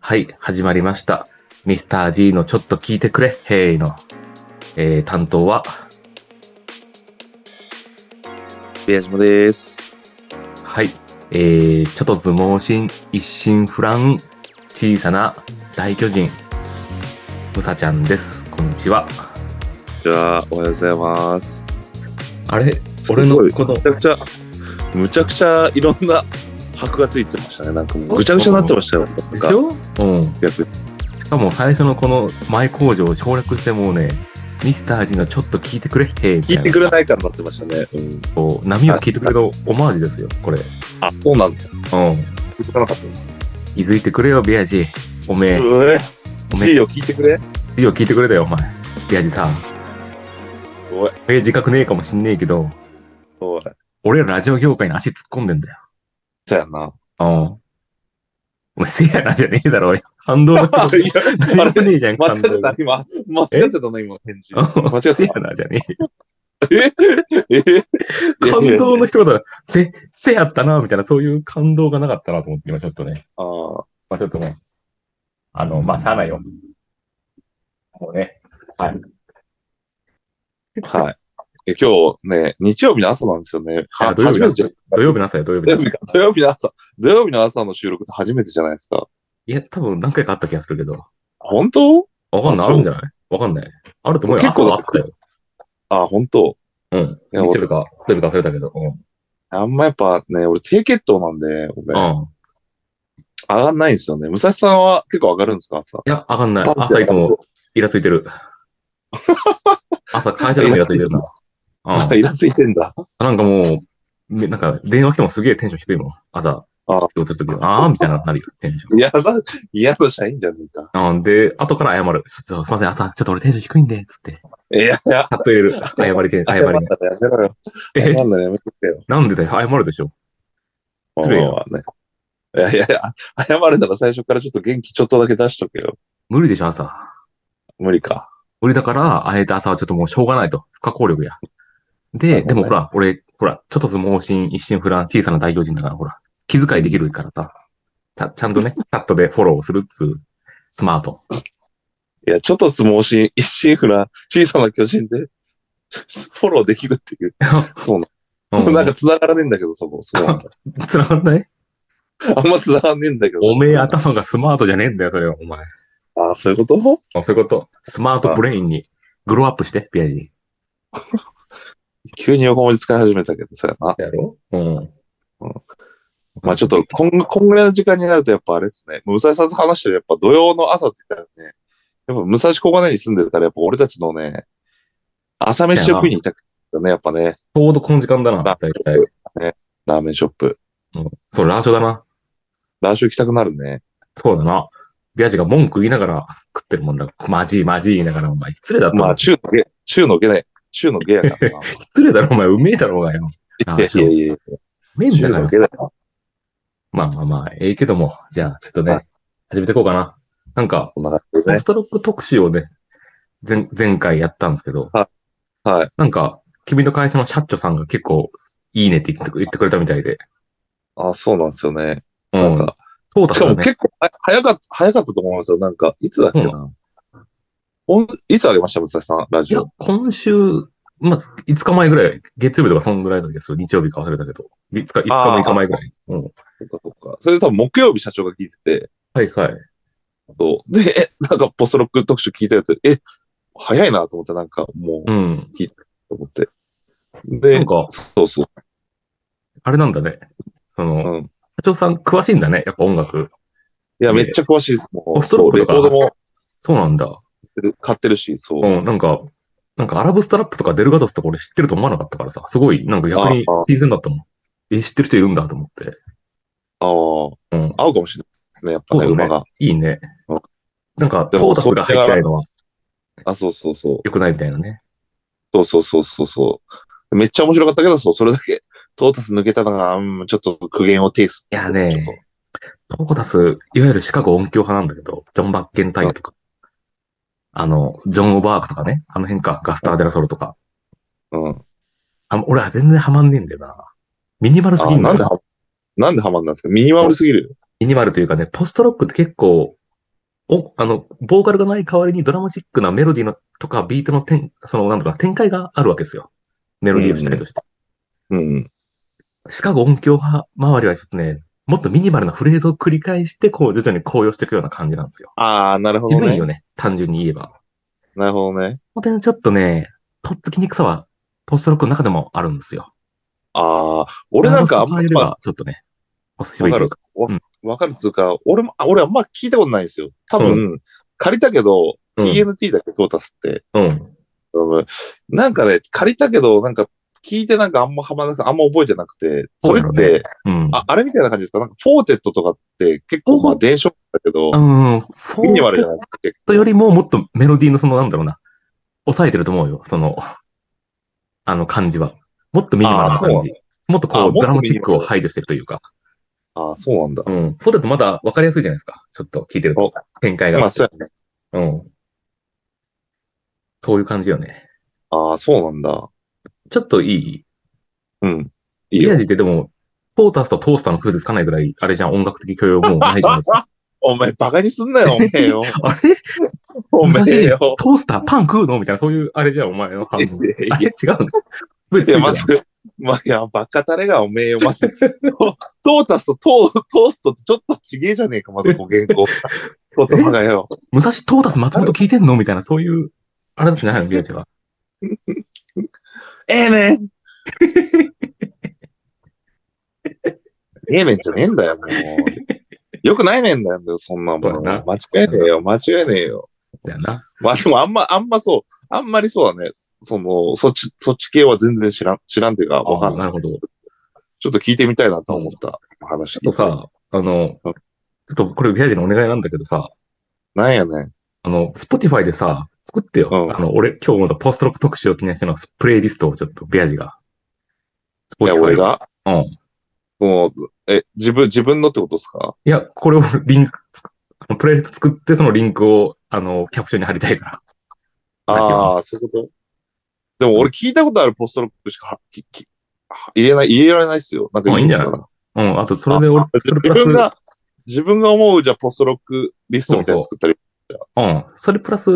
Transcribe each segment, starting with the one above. はい、始まりました。ミスター G のちょっと聞いてくれ、へいの、えー担当は、宮島です。はい、えー、ちょっと相撲心、一心不乱、小さな大巨人、ムサちゃんです。こんにちは。じゃあ、おはようございます。あれ俺のすごいこのむちゃくちゃ、むちゃくちゃいろんな箔がついてましたね。なんかもうぐちゃぐちゃになってましたよ。なんかょうん。逆にしかも最初のこの前工場を省略してもうね、ミスター G のちょっと聞いてくれ、へいみたい聞ないてくれないからなってましたね。うん。こう波を聞いてくれのオマージュですよ、これ。あ、そうなうん。んだ。気づかなかった。気づいてくれよ、ビアジ。おめえ、うえ、おめえ G を聞いてくれいいよ、聞いてくれだよ、お前。ビアジさん。おい、おめえ自覚ねえかもしんねえけど、おい。俺らラジオ業界に足突っ込んでんだよ。そう やな。うん。お前、せやなじゃねえだろ、俺。反動だあけいやど。何も ねえじゃん、 間違感って動たが。今。間違ってたな、今、返 事。間違ってせやた。なじゃねえ。え 感動の一言、せ、せやったな、みたいな、そういう感動がなかったなと思って、今ちょっとね。あーまあちょっとね。あの、まあ、しゃあないよ。もうね。はい。はい。え今日ね、日曜日の朝なんですよね。いや土曜日初めてじゃ土曜日の朝よ、土曜日土の朝曜日。か土曜日の朝、土曜日の朝の収録って初めてじゃないですか。いや、多分何回かあった気がするけど。本当わかんない。ああそうるんじゃないわかんない。あると思うよ。結構朝はあったよ。あ、本当うん。いや日曜日か、土曜日か忘れたけど。うん。あんまやっぱね、俺低血糖なんで、俺、うん。上がんないんですよね。武蔵さんは結構上がるんですか朝。いや、わかんないパン。って朝いつもイラついてる。朝会社でもイラつい てるな。なんかうん。イラついてんだ。 なんかもう、めなんか電話来てもすげえテンション低いもん。朝、あ仕事するとき。あーみたいななるよ、テンション。嫌な、嫌な社員じゃねえか。うん、で、後から謝る。すすいません、朝、ちょっと俺テンション低いんで、つって。いやいや、カット入れる。謝りて、謝謝りんだらね。やめろよ。え、謝んだらやめとけよ。なんでだよ、謝るでしょ。失礼よまあまあね。いやいやいや、謝るなら最初からちょっと元気ちょっとだけ出しとけよ。無理でしょ、朝。無理か。無理だから、あえて朝はちょっともうしょうがないと。不可抗力や。なるで、ほどねでもほら、俺、ほら、ちょっとずつ盲信、一心不乱、小さな大行人だから、ほら、気遣いできるからさ、ちゃちゃんと ね、チャットでフォローするっつう、スマート。いや、ちょっと相撲心、一心不乱、小さな巨人で、フォローできるって いう。そうう なんか繋がらねえんだけど、そこ、そこ なんだ。つながんないあんま繋がんねえんだけど。おめえ頭がスマートじゃねえんだよ、それは、お前。ああ、そういうことあそういうこと。スマートブレインに、グローアップして、ビアジー。急に横文字使い始めたけど、そうやな。やろうん。まあちょっと、こん、こんぐらいの時間になると、やっぱあれですね。もう武蔵さんと話してる、やっぱ土曜の朝って言ったらね、やっぱ武蔵小金井に住んでたら、やっぱ俺たちのね、朝飯を食いに行きたくてね、やっぱね、ちょうどこの時間だな、ラ大体。ラーメンショップ。うんそう、ラーショだな。来週行きたくなるね。そうだな。ビアジが文句言いながら食ってるもんだ。マジ、マジ言いながら、お前、失礼だったまあ、中の下、中の下ね、中の下やからな。失礼だろ、お前、うめえだろうがよ。 あいやいやいや、うめえん中だかのら。下だよ。まあまあまあ、ええけども、じゃあ、ちょっとね、はい始めていこうかな。なんか、こんな感じでポねス。トロック特集をね、前、前回やったんですけど、はい。なんか、君の会社の社長さんが結構、いいねって言って言ってくれたみたいで。あ、そうなんですよね。うなんんか。、そうだしかよもね。結構は早かった、早かったと思いますよ。なんか、いつだっけうな。ほんいつあげました、武蔵さん、ラいジやオ。、今週、まあ、5日前ぐらい、月曜日とかそんぐらいの時ですよ。日曜日か忘れたけど。5日、5日、あー6日前ぐらい。うん。そっかそっか。それで多分木曜日社長が聞いてて、はいはい。とで、え、なんかポストロック特集聞いたやつ、え、早いなと思って、なんかもう、とうん。思って。なでん、か、そうそう。あれなんだね。その、うん。社長さん詳しいんだね。やっぱ音楽。いや、めっちゃ詳しいです。もうポストロックそうとレかコードもそうなんだ。買ってるし、そう。うん、なんか、なんかアラブストラップとかデルガトスとか俺知ってると思わなかったからさ、すごい、なんか逆にああ新鮮だったもん。え、知ってる人いるんだと思って。ああ、合うん。うかもしれないですね、やっぱね、そうだね馬が。いいねうん。なんか、トでもータスが入ってないのはあ、そうそうそう。良くないみたいなね。そうそうそうそうそう。めっちゃ面白かったけど、そう、それだけ、トータス抜けたのが、うん、ちょっと苦言を呈す。いやちょっとね、トータス、いわゆるシカゴ音響派なんだけど、ジョン・バッケンタイルとか、あの、ジョン・オバークとかね、あの辺か、ガスター・デラ・ソルとか。うん。あ俺は全然ハマんねえんだよな。ミニマルすぎあるんだなよんでハマ、なんでハマんなんですかミニマムすぎるよ。ミニマルというかね、ポストロックって結構、お、あの、ボーカルがない代わりにドラマチックなメロディーのとかビートの展、その、なんだろうな、展開があるわけですよ。メロディーを主体として。うん。シカゴ音響派周りはちょっとね、もっとミニマルなフレーズを繰り返して、こう、徐々に高揚していくような感じなんですよ。ああ、なるほ自ど分いいねよ。ね、単純に言えば。なるほどね。本当にちょっとね、とっつきにくさは、ポストロックの中でもあるんですよ。ああ、俺なんかああんんままり。ちょっとね、お久しぶりというか。わかるっつうか、俺も、あ俺あんま聞いたことないんですよ。多分、う借りたけど、うん TNT だけトータスって、うん。うんなんかね、借りたけど、なんか、聞いてなんかあんまはまなく、あんま覚えてなくて、それっそうだて、ろうん。あ、あれみたいな感じですかなんか、フォーテッドとかって結構、まあ、フォー伝承だけどう、ん。フォミニマールテじッゃないですか。ドよりももっとメロディーのその、なんだろうな、抑えてると思うよ。その、あの感じは。もっとミニマルな感あそうじ。もっとあもこう、っとドラマチックを排除してるというか。ああ、そうなんだ。うん。フォーテッドまだ分かりやすいじゃないですか。ちょっと聞いてると。展開が。まあ、そうやね。うん。そういう感じよね。ああ、そうなんだ。ちょっといいうん。いいリアよ。ジってでも、ポータスとトースターの区別つかないぐらい、あれじゃん、音楽的許容もうないじゃないです か。お前、バカにすんなよ、おめえよ。あれおめえよ。トースターパン食うのみたいな、そういうあれじゃん、お前の反応。いやいあれ違うやね。別いにや、まず、まあ、いや、バカタレがおめえよ、まず。トトータスとトートーストってちょっとちげえじゃねえか、まず、語源語。言葉がよ。武蔵トータス松本聞いてんのみたいな、そういう、あれだったんじゃないのリアジは。ええねん ええねんじゃねえんだよ、もう。よくないねんだよ、そんなそもの。うやな間違えねえよ、間違えねえよ。だよな。まあでもあんま、あんまそう、あんまりそうだね。その、そっち、そっち系は全然知らん、知らんっていうか、わかんなない。るほど。ちょっと聞いてみたいなと思った話ちょっ聞いてとさ、あの、ちうょんっとこれリアジのお願いなんだけどさ、なんやねん。あの、スポティファイでさ、作ってよ。うんあの、俺、今日のポストロック特集を記念してのプレイリストをちょっとリアジが。スいポや、俺。がうん。その、え、自分、自分のってことですかいや、これをリンクつく、あのプレイリスト作って、そのリンクを、あの、キャプションに貼りたいから。ああ、そういうことでも俺聞いたことあるポストロックしかはきき入れない、入れられないっすよ。なんかいいんですあいいんよ。うん、あと、それで俺、それプ自ラス、分が、自分が思うじゃあポストロックリストみたいなの作ったり。うん、それプラス、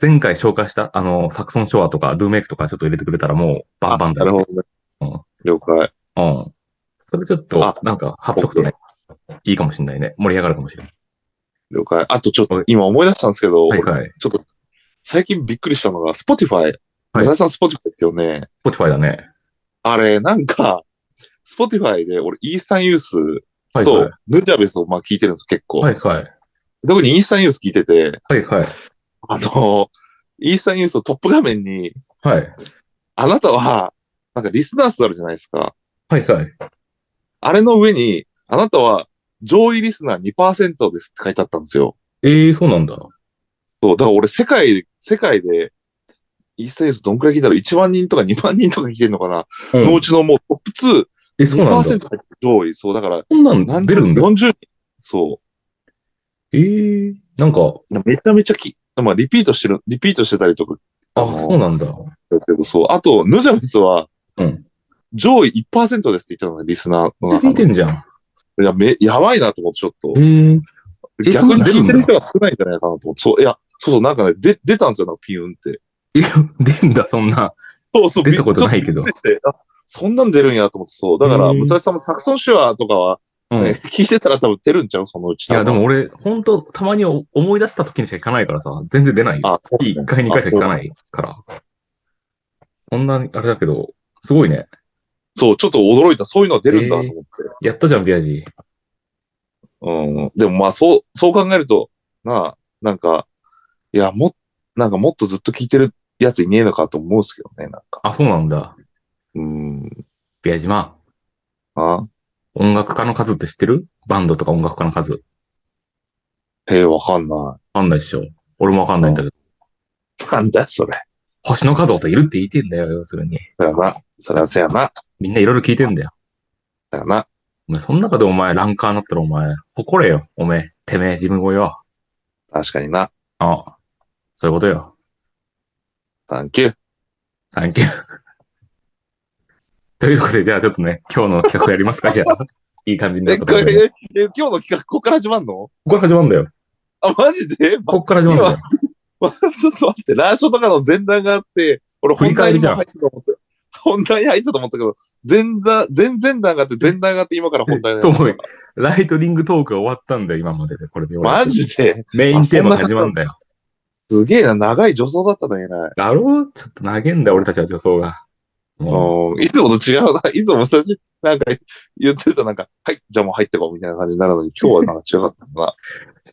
前回紹介した、あの、サクソンショアとか、ドゥーメイクとかちょっと入れてくれたらもう、バンバンあなるほどね。うん了解。うん。それちょっあと、なんか、貼っとくとね、いいかもしんないね。盛り上がるかもしれない。了解。あとちょっはとい、今思い出したんですけど、はいはい。ちょっと、最近びっくりしたのが、Spotify。はい野田さん Spotify ですよね。 Spotify だね。あれ、なんか、Spotify で俺、イースタンユースはいはとい。ヌジャベスをまあ聞いてるんです結構。はいはい。特にイースタンユース聞いてて、はいはい。あの、イースタンユースのトップ画面に、はい。あなたは、なんかリスナー数あるじゃないですか。はいはい。あれの上に、あなたは上位リスナー2%ですって書いてあったんですよ。ええー、そうなんだ。そう、だから俺世界、世界で、イースタンユースどんくらい聞いたら1万人とか2万人とか聞いてるのかな、う、のうんちのもうトップ2、え、そうなんだ。 2%が上位。そう、だから、こんなん何出るんだ。 40人。そええー、なんか、う。めちゃめちゃき、まあリピートしてる、リピートしてたりとかああ、のそうなんだ。ですけど、そう。あと、ヌジャベスは、うん上位1%ですって言ってたのね、リスナーの聞中いてで。んじゃん。いや、め、やばいなと思って、ちょっとええ。ー、え逆にそ聞んいな出るてるんだ人が少ないんじゃないかなと思って。そう、いや、そうそう、なんかね、で、出たんですよ、なんかピュンって。え、出んだ、そんな。そうそう、。出たことないいけどびっ。くりしてあそんなん出るんやと思って、そう。だから、うん武蔵さんもサクソンシュアとかは、うん。ねい聞いてたら多分出るんちゃうそのうち。や、でも。俺、ほんと、たまにお思い出した時にしか聞かないからさ、全然出ないよ。あ、そう月1回、2回しか聞かい。ないから。そんなに、あれだけど、すごいね。そう、ちょっと驚いた。そういうのが出るんだと思って。やったじゃん、ビアジうん。でもまあ、そう、そう考えると、なあ、なんか、いや、もっ、なんかもっとずっと聞いてるやついねえのかと思うんですけどね、なんか。あ、そうなんだ。うん。ビアジまあ、あ音楽家の数って知ってるバンドとか音楽家の数。わええわかんなかんないっしょ。俺もわかんないんだけど。い。なんだよ、それ。星の数音いるって言ってんだよ、要するに。そやな。それはせやな。みんないろいろ聞いてんだよ。だよな。お前その中でお前、ランカーになったらお前、誇れよ。おめえ、てめえ、自分をよ。確かにな。あ、そういうことよ。サンキュー。サンキュー。 ということで、じゃあちょっとね、今日の企画やりますか、じゃあ。いい感じになえ、ったこところれ、で。え、え今日の企画、ここから始まんのこれ始まるんだよ。あ、マジで、まこっから始まるんだよ。まちょっと待って、ラーショとかの前段があって、俺振り返本題りにじゃもん入ったと思って、本題に入ったと思ったけど、前段、前前段があって、前段があって、今から本題になそるう、ごめんライトニングトークが終わったんだよ、今までで。これで。マジでメインテーマが始まるんだよ。すげえな、長い助走だったね、えらい。だろうちょっと投げんだよ、俺たちは女装が。もうんいつもと違うな。 いつも最初、なんか言ってるとなんか、はい、じゃあもう入ってこうみたいな感じになるのに、今日はなんか違かったな。う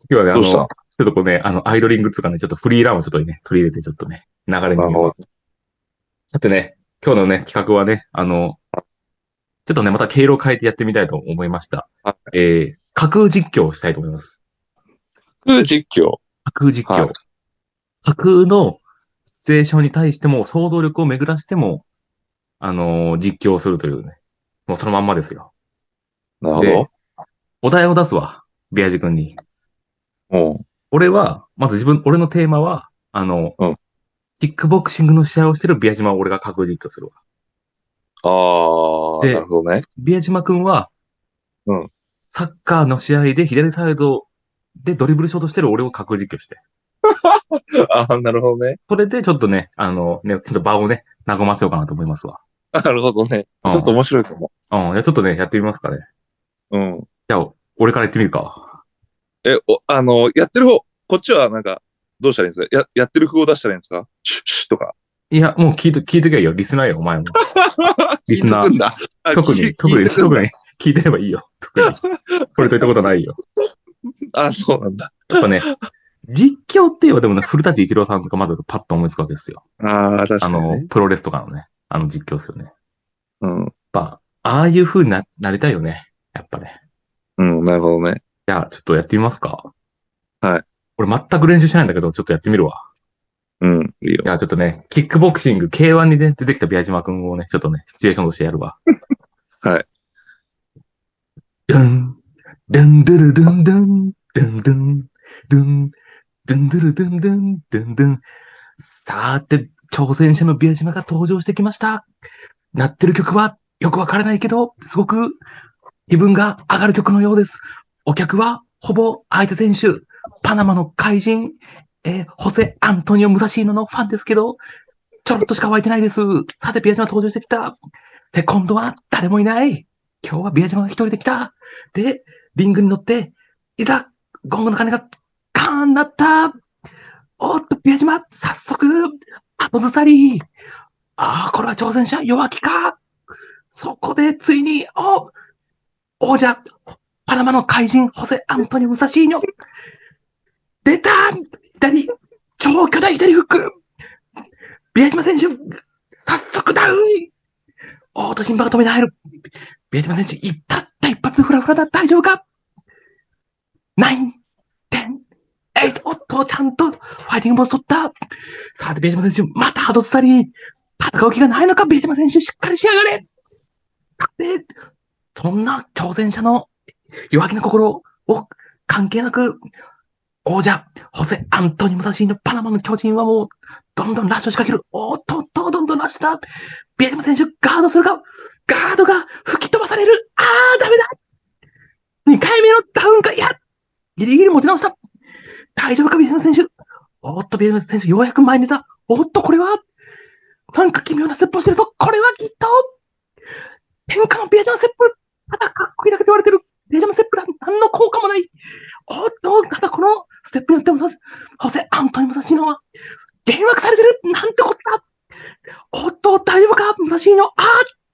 今日はね、あの、どうしちょたっとこうね、あの、アイドリングっつうかね、ちょっとフリーランをちょっとね、取り入れて、ちょっとね、流れになるほど。さてね、今日のね、企画はね、あの、ちょっとね、また経路を変えてやってみたいと思いましたは。えー、架空実況をしたいと思います。空実況。架空実況。はい架空のシチュエーションに対しても、想像力を巡らしても、あのー実況をするというね。もうそのまんまですよ。なるでほお題を出すわ。ビアジ君に。ど。うん。俺は、まず自分、俺のテーマは、あの、うんキックボクシングの試合をしてるビア島を俺が架空実況するわ。あでー、なるほどね。 ビア島くんは、うんサッカーの試合で左サイドでドリブルしようとしてる俺を架空実況して。あー、なるほどね。 それでちょっとね、あの、ね、ちょっと場をね、和ませようかなと思いますわ。なるほどね。うんちょっと面白いかも。うん。じゃあちょっとね、やってみますかね。うん。じゃあ、俺からやってみるか。え、お、あの、やってる方、こっちはなんか、どうしたらいいんですかや、やってる風を出したらいいんですかシュッシュッとか。いや、もう聞いて、聞いてけよ。リスナーよ、お前も。リスナー聞いてくんだ。あ特聞に、い特聞いに、てくんだ特に、聞いてればいいよ。特に。これといったことないよ。あ、そうなんだ。やっぱ ね、実況って言えばでもね、古舘一郎さんとかまずパッと思いつくわけですよ。あー、確あかにのね。、プロレスとかのね、あの実況ですよね。やっうん。ぱ、ああいう風にななりたいよね。やっぱね。うん、なるほどね。じゃあ、ちょっとやってみますか。はい。俺全く練習してないんだけど、ちょっとやってみるわ。うん、いいよじ。ゃあちょっとね、キックボクシング、K1 にね、出てきた宮島くんをね、ちょっとね、シチュエーションとしてやるわ。はい。ドン、ドンドゥルドンドン、ドンドン、ドン、ドンドゥルドンドン、ドンドン。さーて、挑戦者の宮島が登場してきました。鳴ってる曲はよくわからないけど、すごく気分が上がる曲のようです。お客はほぼ相手選手、パナマの怪人、えーホセ・アントニオ・ムサシーノのファンですけど、ちょろっとしか湧いてないです。さて、ビア島登場してきた。セコンドは誰もいない。今日はビア島が一人で来た。で、リングに乗って、いざ、ゴングの鐘がカーンなった。おっと、ビア島、早速、後ずさり。ああ、これは挑戦者、弱気か。そこで、ついに、お王者、パナマの怪人、ホセ・アントニオ・ムサシーニョ。出た左、超巨大左フック宮島選手、早速ダウンおーと、新馬が止めに入る。宮島選手、いったった一発フラフラだ、大丈夫か ?9、10、8、おっと、ちゃんと、ファイティングボス取った。さて、宮島選手、またハドツサリー。戦う気がないのか、宮島選手、しっかり仕上がれさて、そんな挑戦者の弱気な心を関係なく、王者、ホセ・アントニムサシーのパナマの巨人はもう、どんどんラッシュを仕掛ける。おーっとっと、どんどんラッシュだ。ビアジマ選手、ガードするか。ガードが吹き飛ばされる。あー、ダメだ。2回目のダウンか。いや、ギリギリ持ち直した。大丈夫か、ビアジマ選手。おーっと、ビアジマ選手、ようやく前に出た。おーっと、これは、なんか奇妙な説法してるぞ。これはきっと、天下のビアジマ説法。ただかっこいいだけで言われてる。ビアジマ説法は何の効果もない。おっと、ただこのステップによってもさ、ホセ・アントニムサシーノは、幻惑されてるなんてこったおっと、大丈夫かムサシーノあ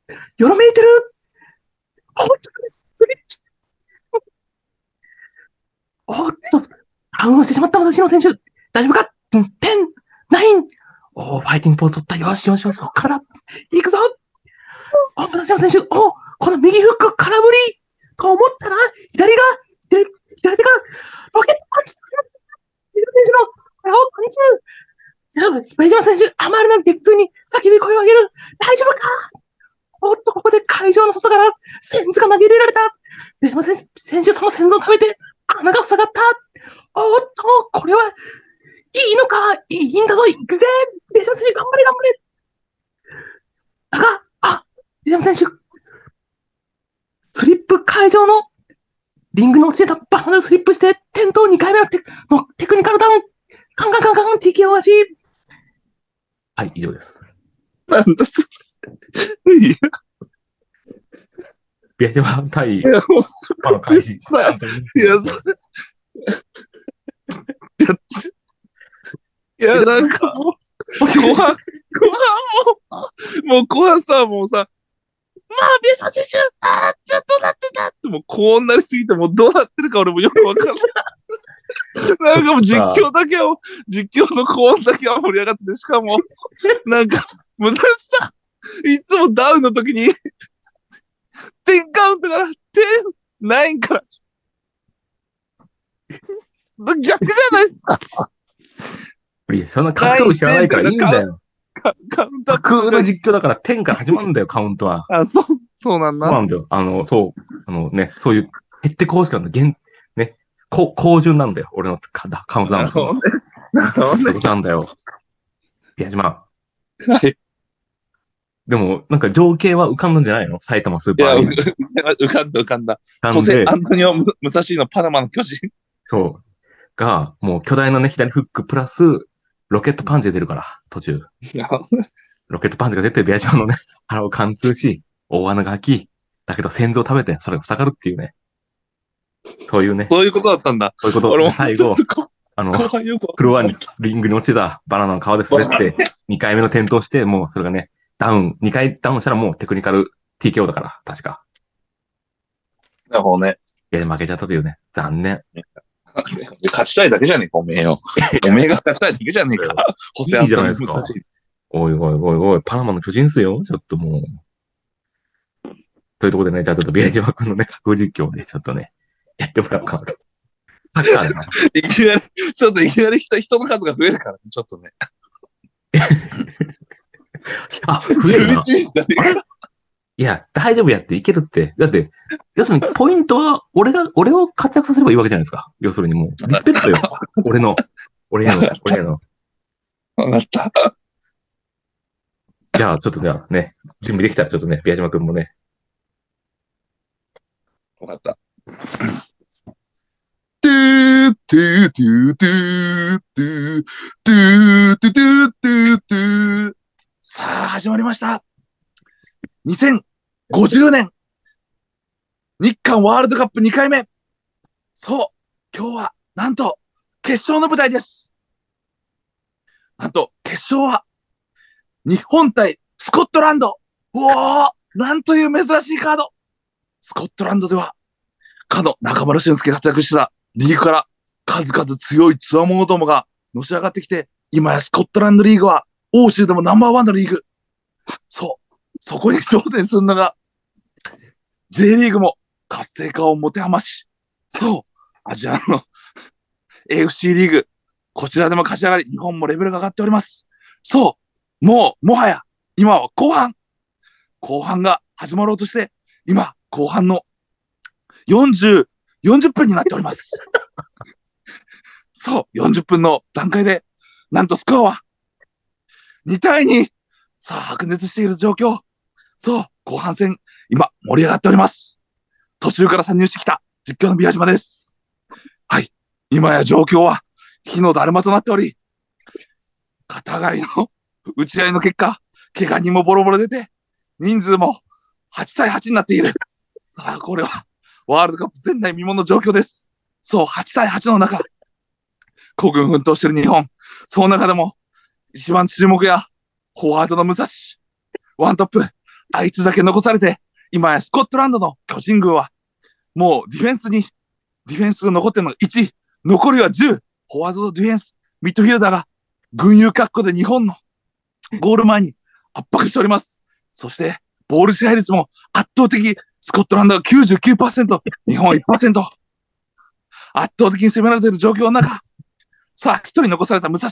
ーよろめいてるおっと、スリップしおっと、ダウンをしてしまったムサシーノ選手大丈夫か ?10、9、おーファイティングポーズ取った。よしよしよし、こっからだ。行くぞおムサシーノ選手おこの右フック空振りと思ったら、左が、左左手がロケットパンチビジ選手の腹をパンチじゃあ、ベジマ選手、あまりなくて普通に叫び声を上げる大丈夫かおっと、ここで会場の外から、センズが投げ入れられたベジマ選手、選手そのセンズを食べて、穴が塞がったおっと、これは、いいのかいいんだぞ行くぜベジマ選手、頑張れ頑張れだが、あ、西山選手、スリップ会場のリングに落ちてたバランススリップして、転倒2回目のテクのテクニカルダウン、カンカンカンカン TKO 足。はい、以上です。なんだそれ。いビアジマ対や、もうパの開始。さいや、それ。いや、なんか、 もし後半、後半も、もう後半さ、もうさ、まあ、ビ島選手、ああ、ちょっとなってたって、もうこうなりすぎて、もうどうなってるか俺もよくわかんない。なんかもう実況だけを、実況の高音だけは盛り上がってて、しかも、なんか、武蔵さん、いつもダウンの時に、10カウントから、10、9から、逆じゃないですか、いや、そんな格闘知らないからいいんだよ。カウント架空の実況だから天から始まるんだよ、カウントは。あ、そう、そうなんそうだ。なんだよ。あの、そう、あのね、そういう、減って公式なんだ、現、ね、こ高順なんだよ、俺のカカウントダウンするの。なるほど ねそういうことなんだよ。いや、まあ、はい。でも、なんか情景は浮かんだんじゃないの埼玉スーいパーや、アリーナに浮浮かんだ浮かんだ。浮かホんでセ・ア、ントニオ・ムムサシのパナマの巨人。そう、が、もう巨大なね、左フックプラス、ロケットパンチで出るから、途中。ロケットパンチが出て、ビアジョンのね、 腹を貫通し、大穴が開き、だけど先頭を食べて、それが塞がるっていうね。そういうね、そういうことだったんだ。そういうこと俺もを最後ちょ、っとこあの、後半よくわかフロアに、リングに落ちてたバナナの皮で滑って、2回目の転倒して、もうそれがね、ダウン、2回ダウンしたらもうテクニカル TKO だから、確か。んないもうね。いや、負けちゃったというね、残念。勝ちたいだけじゃねえか、おめ えよ。おめえが勝ちたいだけじゃねえか。ホセ・アントニオ・ムサシ。おいおいおいおい、パナマの巨人っすよ、ちょっともう。というところでね、じゃあちょっとビアジマ君のね、架空実況でちょっとね、やってもらおうかなと。サッカーだな。いきなり、ちょっといきなり人人の数が増えるからね、ちょっとね。あ、増えるな11。人じゃねえかいや、大丈夫やって、いけるって。だって、要するに、ポイントは、俺が、俺を活躍させればいいわけじゃないですか。要するにもう、リスペクトよ。俺の、俺への、俺への。わかった。じゃあ、ちょっとじゃあね、準備できたら、ちょっとね、宮島くんもね。わかった。トゥートゥートゥートゥートゥートゥートゥートゥートゥートゥーさあ、始まりました。2050年、日韓ワールドカップ2回目。そう、今日は、なんと、決勝の舞台です。なんと、決勝は、日本対スコットランド。うおー、なんという珍しいカード。スコットランドでは、かの中村俊介が活躍したリーグから数々強い強者どもがのし上がってきて、今やスコットランドリーグは欧州でもナンバーワンのリーグ。そう。そこに挑戦するのが、J リーグも活性化を持て余し、そう。アジアの AFC リーグ、こちらでも勝ち上がり、日本もレベルが上がっております。そう。もう、もはや、今は後半。後半が始まろうとして、今、後半の40、40分になっております。そう、40分の段階で、なんとスコアは、2対2。さあ、白熱している状況。そう、後半戦、今、盛り上がっております。途中から参入してきた、実況の宮島です。はい、今や状況は、火のだるまとなっており、片貝の 打ち合いの結果、怪我人もボロボロ出て、人数も8対8になっている。さあ、これは、ワールドカップ前代未聞の状況です。そう、8対8の中、孤軍奮闘している日本。その中でも、一番注目や、フォワードの武蔵、ワントップ、あいつだけ残されて、今やスコットランドの巨人軍は、もうディフェンスに、ディフェンスが残ってるのが1、残りは10、フォワードとディフェンス、ミッドフィルダーが、群雄確固で日本のゴール前に圧迫しております。そして、ボール支配率も圧倒的、スコットランドが99%、日本1%。圧倒的に攻められている状況の中、さあ、一人残された武蔵、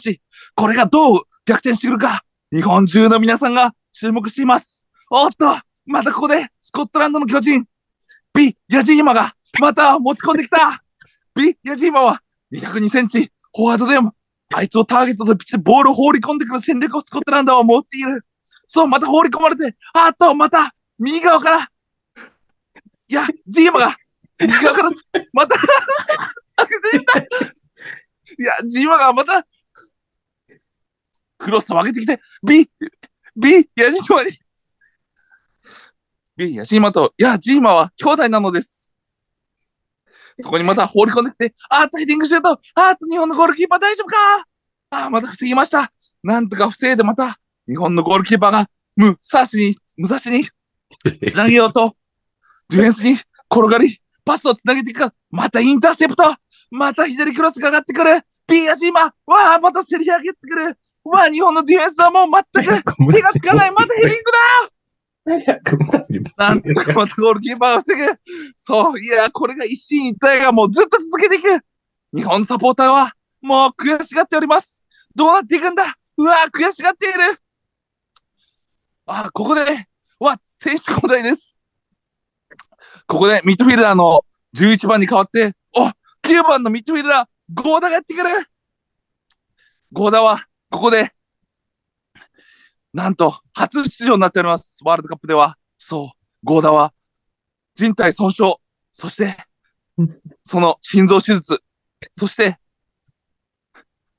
これがどう逆転してくるか、日本中の皆さんが注目しています。おっと、またここで、スコットランドの巨人、ビ・ヤジーマが、また持ち込んできたビ・ヤジーマは、202センチ、フォワードでも、あいつをターゲットとしてボールを放り込んでくる戦略をスコットランドは持っている。そう、また放り込まれて、あっと、また、右側からいや、ジーマが右側から、また、 あ出てきたいや、ジーマがまた、クロスを上げてきて、ビ、ビ、ヤジーマに、ビ、ヤジーマと、いや、ジーマは兄弟なのです。そこにまた放り込んできて、あー、タイディングシュートあーっと日本のゴールキーパー大丈夫かあー、また防ぎましたなんとか防いでまた、日本のゴールキーパーが、武蔵に、武蔵に、つなげようと、ディフェンスに転がり、パスをつなげていくが、またインターセプト、また左クロスが上がってくる、ピーアジーマ、わあ、また競り上げてくる、わあ、日本のディフェンスはもう全く手がつかない、またヘディング早く武蔵にだなんとかまたゴールキーパーが防ぐそう、いや、これが一進一退がもうずっと続けていく日本サポーターは、もう悔しがっておりますどうなっていくんだうわ悔しがっているあ、ここで、うわ、選手交代です。ここで、ミッドフィルダーの11番に変わって、お、9番のミッドフィルダー、ゴーダがやってくるゴーダは、ここで、なんと、初出場になっております。ワールドカップでは。そう、ゴーダは、人体損傷、そして、その心臓手術、そして、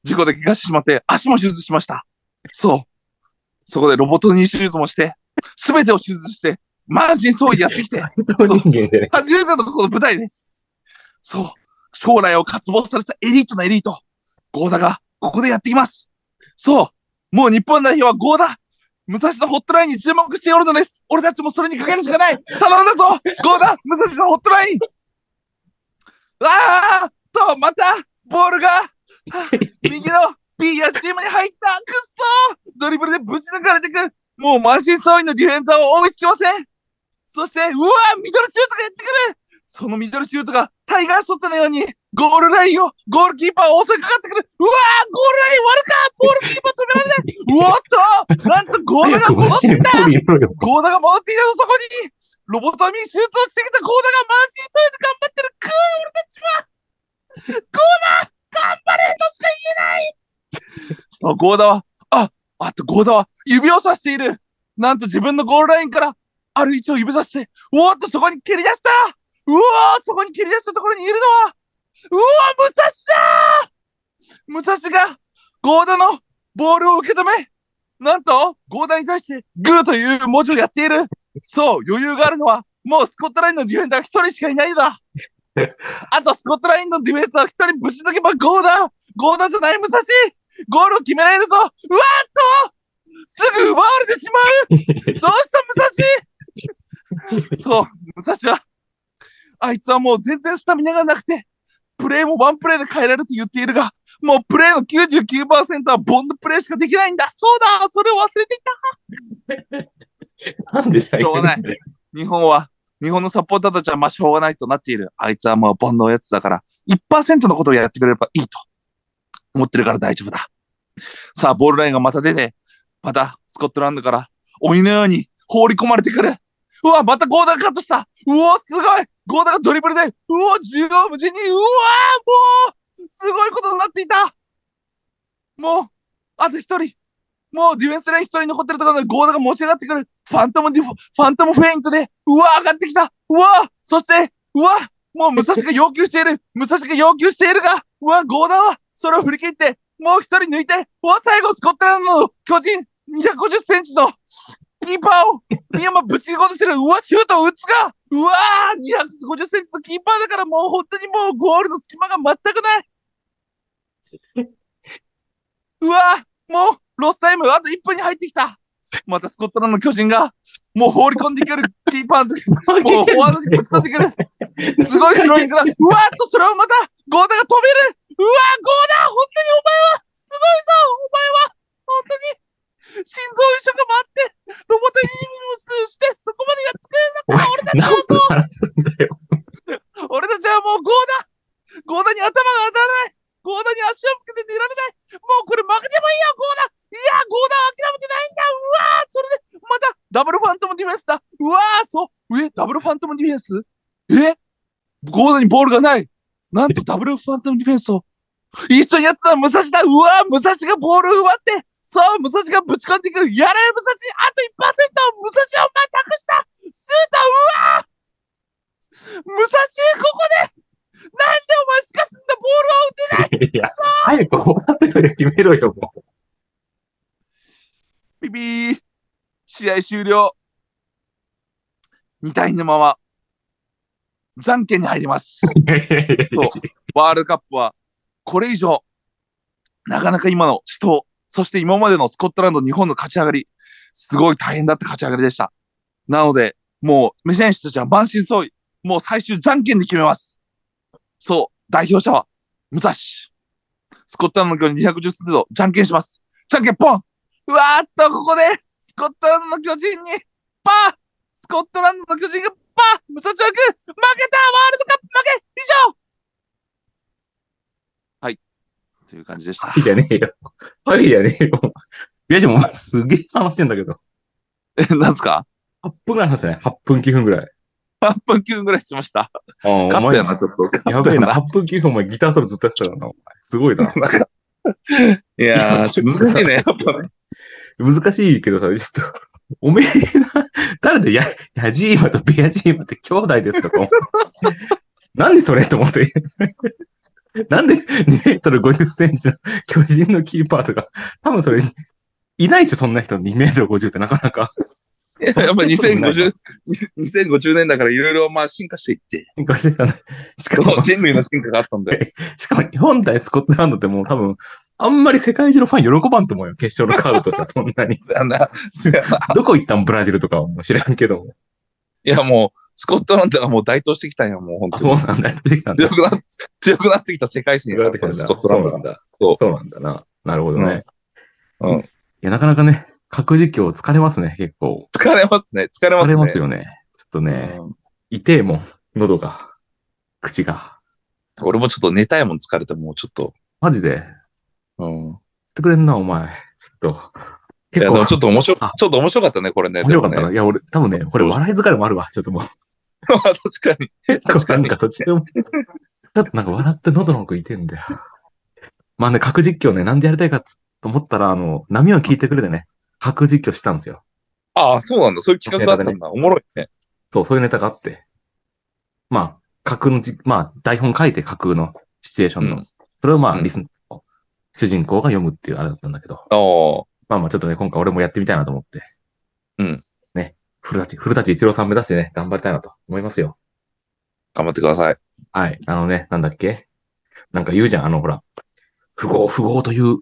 事故で怪我してしまって、足も手術しました。そう。そこでロボトニー手術もして、すべてを手術して、マジそうやってきて、人間じゃない。初めてのこの舞台です。そう。将来を渇望されたエリートのエリート。ゴーダが、ここでやってきます。そう。もう日本代表はゴーダ。武蔵のホットラインに注目しておるのです。俺たちもそれにかけるしかない。頼んだぞゴーダ武蔵のホットラインああと、また、ボールが、はあ右の B やチームに入ったくっそードリブルでぶち抜かれてくもう満身創痍のディフェンダーを追いつきませんそして、うわミドルシュートがやってくるそのミドルシュートがタイガーショットのようにゴールラインを、ゴールキーパーを襲いかかってくるうわーゴールライン割るかゴールキーパー止められないうおっとなんとゴールが戻ってきた早く武蔵に取り入れろよ ゴーダが戻ってきたぞ、そこにロボトミー手術をしてきたゴーダが満身創痍で頑張ってるくー俺たちはゴーダ頑張れとしか言えない そう、ゴーダは、あ、あとゴーダは指をさしているなんと自分のゴールラインからある位置を指さして、おーっとそこに蹴り出したうおーそこに蹴り出したところにいるのはうおー武蔵だ武蔵がゴーダのボールを受け止めなんと、ゴーダに対して、グーという文字をやっている。そう、余裕があるのは、もうスコットラインのディフェンダー一人しかいないんだ。あと、スコットラインのディフェンスは一人ぶち抜けばゴーダゴーダじゃない武蔵ゴールを決められるぞうわーっとすぐ奪われてしまうどうした武蔵そう、武蔵は、あいつはもう全然スタミナがなくて、プレーもワンプレーで変えられると言っているが、もうプレーの99%はボンドプレーしかできないんだ。そうだ、それを忘れていた。なんで最しょうがない日本は、日本のサポーターたちはまあしょうがないとなっている。あいつはもうボンドのやつだから、1%のことをやってくれればいいと思ってるから大丈夫だ。さあ、ボールラインがまた出て、またスコットランドから鬼のように放り込まれてくる。うわ、またゴーダがカットした。うお、すごいゴーダがドリブルで、うお、縦横無尽に、うわもう、すごいことになっていた。もう、あと一人。もうディフェンスライン一人残ってるところでゴーダが持ち上がってくる。ファントムディフォ、ファントムフェイントで、うわ、上がってきたうわそして、うわもう武蔵が要求している武蔵が要求しているが、うわ、ゴーダは、それを振り切って、もう一人抜いて、うわ、最後、スコットランドの巨人、250センチの、キーパーを、ミヤマぶちごとしてる、うわ、シュートを打つが、うわー、250センチのキーパーだから、もう本当にもうゴールの隙間が全くない。うわー、もう、ロスタイム、あと1分に入ってきた。またスコットランドの巨人が、もう放り込んでくるキーパーのももうフォワードにぶつかってくる。すごいスローイングだ。うわーっと、それをまた、ゴーダが止める。うわー、ゴーダ、本当にお前は、すごいぞ、お前は、本当に、心臓移植もあって、ロボットに移植して、そこまでやっつけ何分話すんだよ。俺たちはもうゴーダゴーダに頭が当たらないゴーダに足を向けて寝られないもうこれ負けてもいいよ、ゴーダいや、ゴーダは諦めてないんだうわーそれで、また、ダブルファントムディフェンスだうわーそうえ、ダブルファントムディフェンスえゴーダにボールがないなんとダブルファントムディフェンスを一緒にやってた武蔵だうわー武蔵がボールを奪ってそう武蔵がぶち込んでくるやれ武蔵あと1%武蔵はお前託したスータン、うわー武蔵、ここでなんでお前すかすんだボールは打ていや、早く終わってる決めろよ、もう。ビビー試合終了 !2 対2のまま、残権に入ります。そうワールドカップは、これ以上、なかなか今の死闘、そして今までのスコットランド、日本の勝ち上がり、すごい大変だった勝ち上がりでした。なので、もう、選手たちは満身創痍、もう最終じゃんけんで決めます。そう、代表者は、武蔵。スコットランドの巨人210スピード、じゃんけんします。じゃんけんポンうわーっと、ここで、スコットランドの巨人に、パースコットランドの巨人がパー武蔵枠負けたワールドカップ負け以上という感じでした。はいじゃねえよ。はいじゃねえよ。いや、でもお前すげえ話してんだけど。え、なんですか8分ぐらい話してない ?8 分9分ぐらい。 ?8 分9分ぐらいしましあた。あ、お勝った前よな、ちょっと。やべえな。8分9分お前ギターソロずっとやってたからな、お前。すごいな。いやー、難しいね、やっぱね。難しいけどさ、ちょっと、おめえな、誰でや、ヤジーマとベアジーマって兄弟ですと か思って。なんでそれと思って。なんで2メートル50センチの巨人のキーパーとか、多分それ、いないでしょ、そんな人2メートル50ってなかなか。 やっぱ2050、2050年だからいろいろまあ進化していって、進化してきたねしかも、人類の進化があったんだよ。しかも日本対スコットランドってもう多分、あんまり世界中のファン喜ばんと思うよ、決勝のカードとしてはそんなに。あんなそうやなどこ行ったんブラジルとかはもう知らんけども。いや、もう、スコットランドがもう台頭してきたんや、もう本あ、当そうに。なんだ、やってきたんだ強。くなっ、強くなってきた世界線や、これスコットランドそうなんが。だ。そうそうなんだな。なるほどね。うんうんいや、なかなかね、核実況疲れますね、結構。疲れますね、疲れま疲すね。れますよね。ちょっとね、うん痛えもん、喉が、口が。俺もちょっと寝たいもん疲れて、もうちょっと。マジで、やっうん。てくれんな、お前。ちょっと。い結や、で構、もちょっと面白、ちあょっと面白かったね、これね。面白かったでもな。ね。 いや、俺、多分ね、これ笑い疲れもあるわ。ちょっともう、まあ確かに。結 確構かなにんか途中も、だってなんか笑って喉の奥痛えんだよ。まあね、核実況ね、なんでやりたいかっつと思ったら、あの、波を聞いてくれてね、核実況したんですよ。ああ、そうなんだ。そういう企画があったんだ。おもろいね。そう、そういうネタがあって。まあ、架空のじ、まあ、台本書いて架空のシチュエーションの。うんそれをまあ、うんリスン、主人公が読むっていうあれだったんだけど。ああ。まあまあ、ちょっとね、今回俺もやってみたいなと思って。うん。ね。古舘、古舘一郎さん目指してね、頑張りたいなと思いますよ。頑張ってください。はい。あのね、なんだっけなんか言うじゃん、あの、ほら。不合不合という、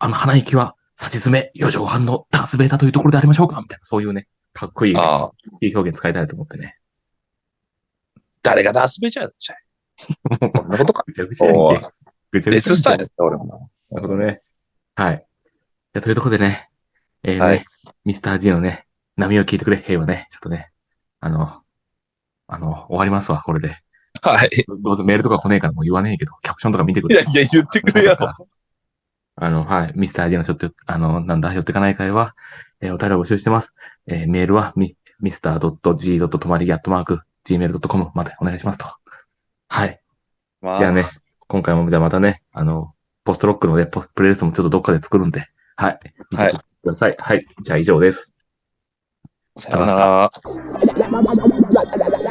あの、鼻息は、差し詰め、四畳半のダンスベータというところでありましょうかみたいな、そういうね、かっこいいね、ああ。いい表現使いたいと思ってね。誰がダースベイジャーじゃん。こんなことか。ぐちゃぐちゃやんけ。ぐちゃぐちゃやんけデススターやった、俺も。なるほどね。はい。じゃあ、というところでね、えーねはいミスター G のね、波を聞いてくれ、平和ね、ちょっとね、あの、あの、終わりますわ、これで。はい。いどうせメールとか来ねえからもう言わねえけど、キャプションとか見てくれ。やいや、言ってくれよ。 あの、はい。ミスター J のちょっと、あの、なんだ、寄ってかない会は、えーお便りを募集してます。えーメールは、み、mr.g. まりぎ、アットマーク、gmail.com までお願いしますと。はい。まじゃあね、今回も、じゃあまたね、あの、ポストロックのね、ポスプレイリストもちょっとどっかで作るんで、はい。はい。ください。はい。じゃあ以上です。さよなら。 La la la la la la la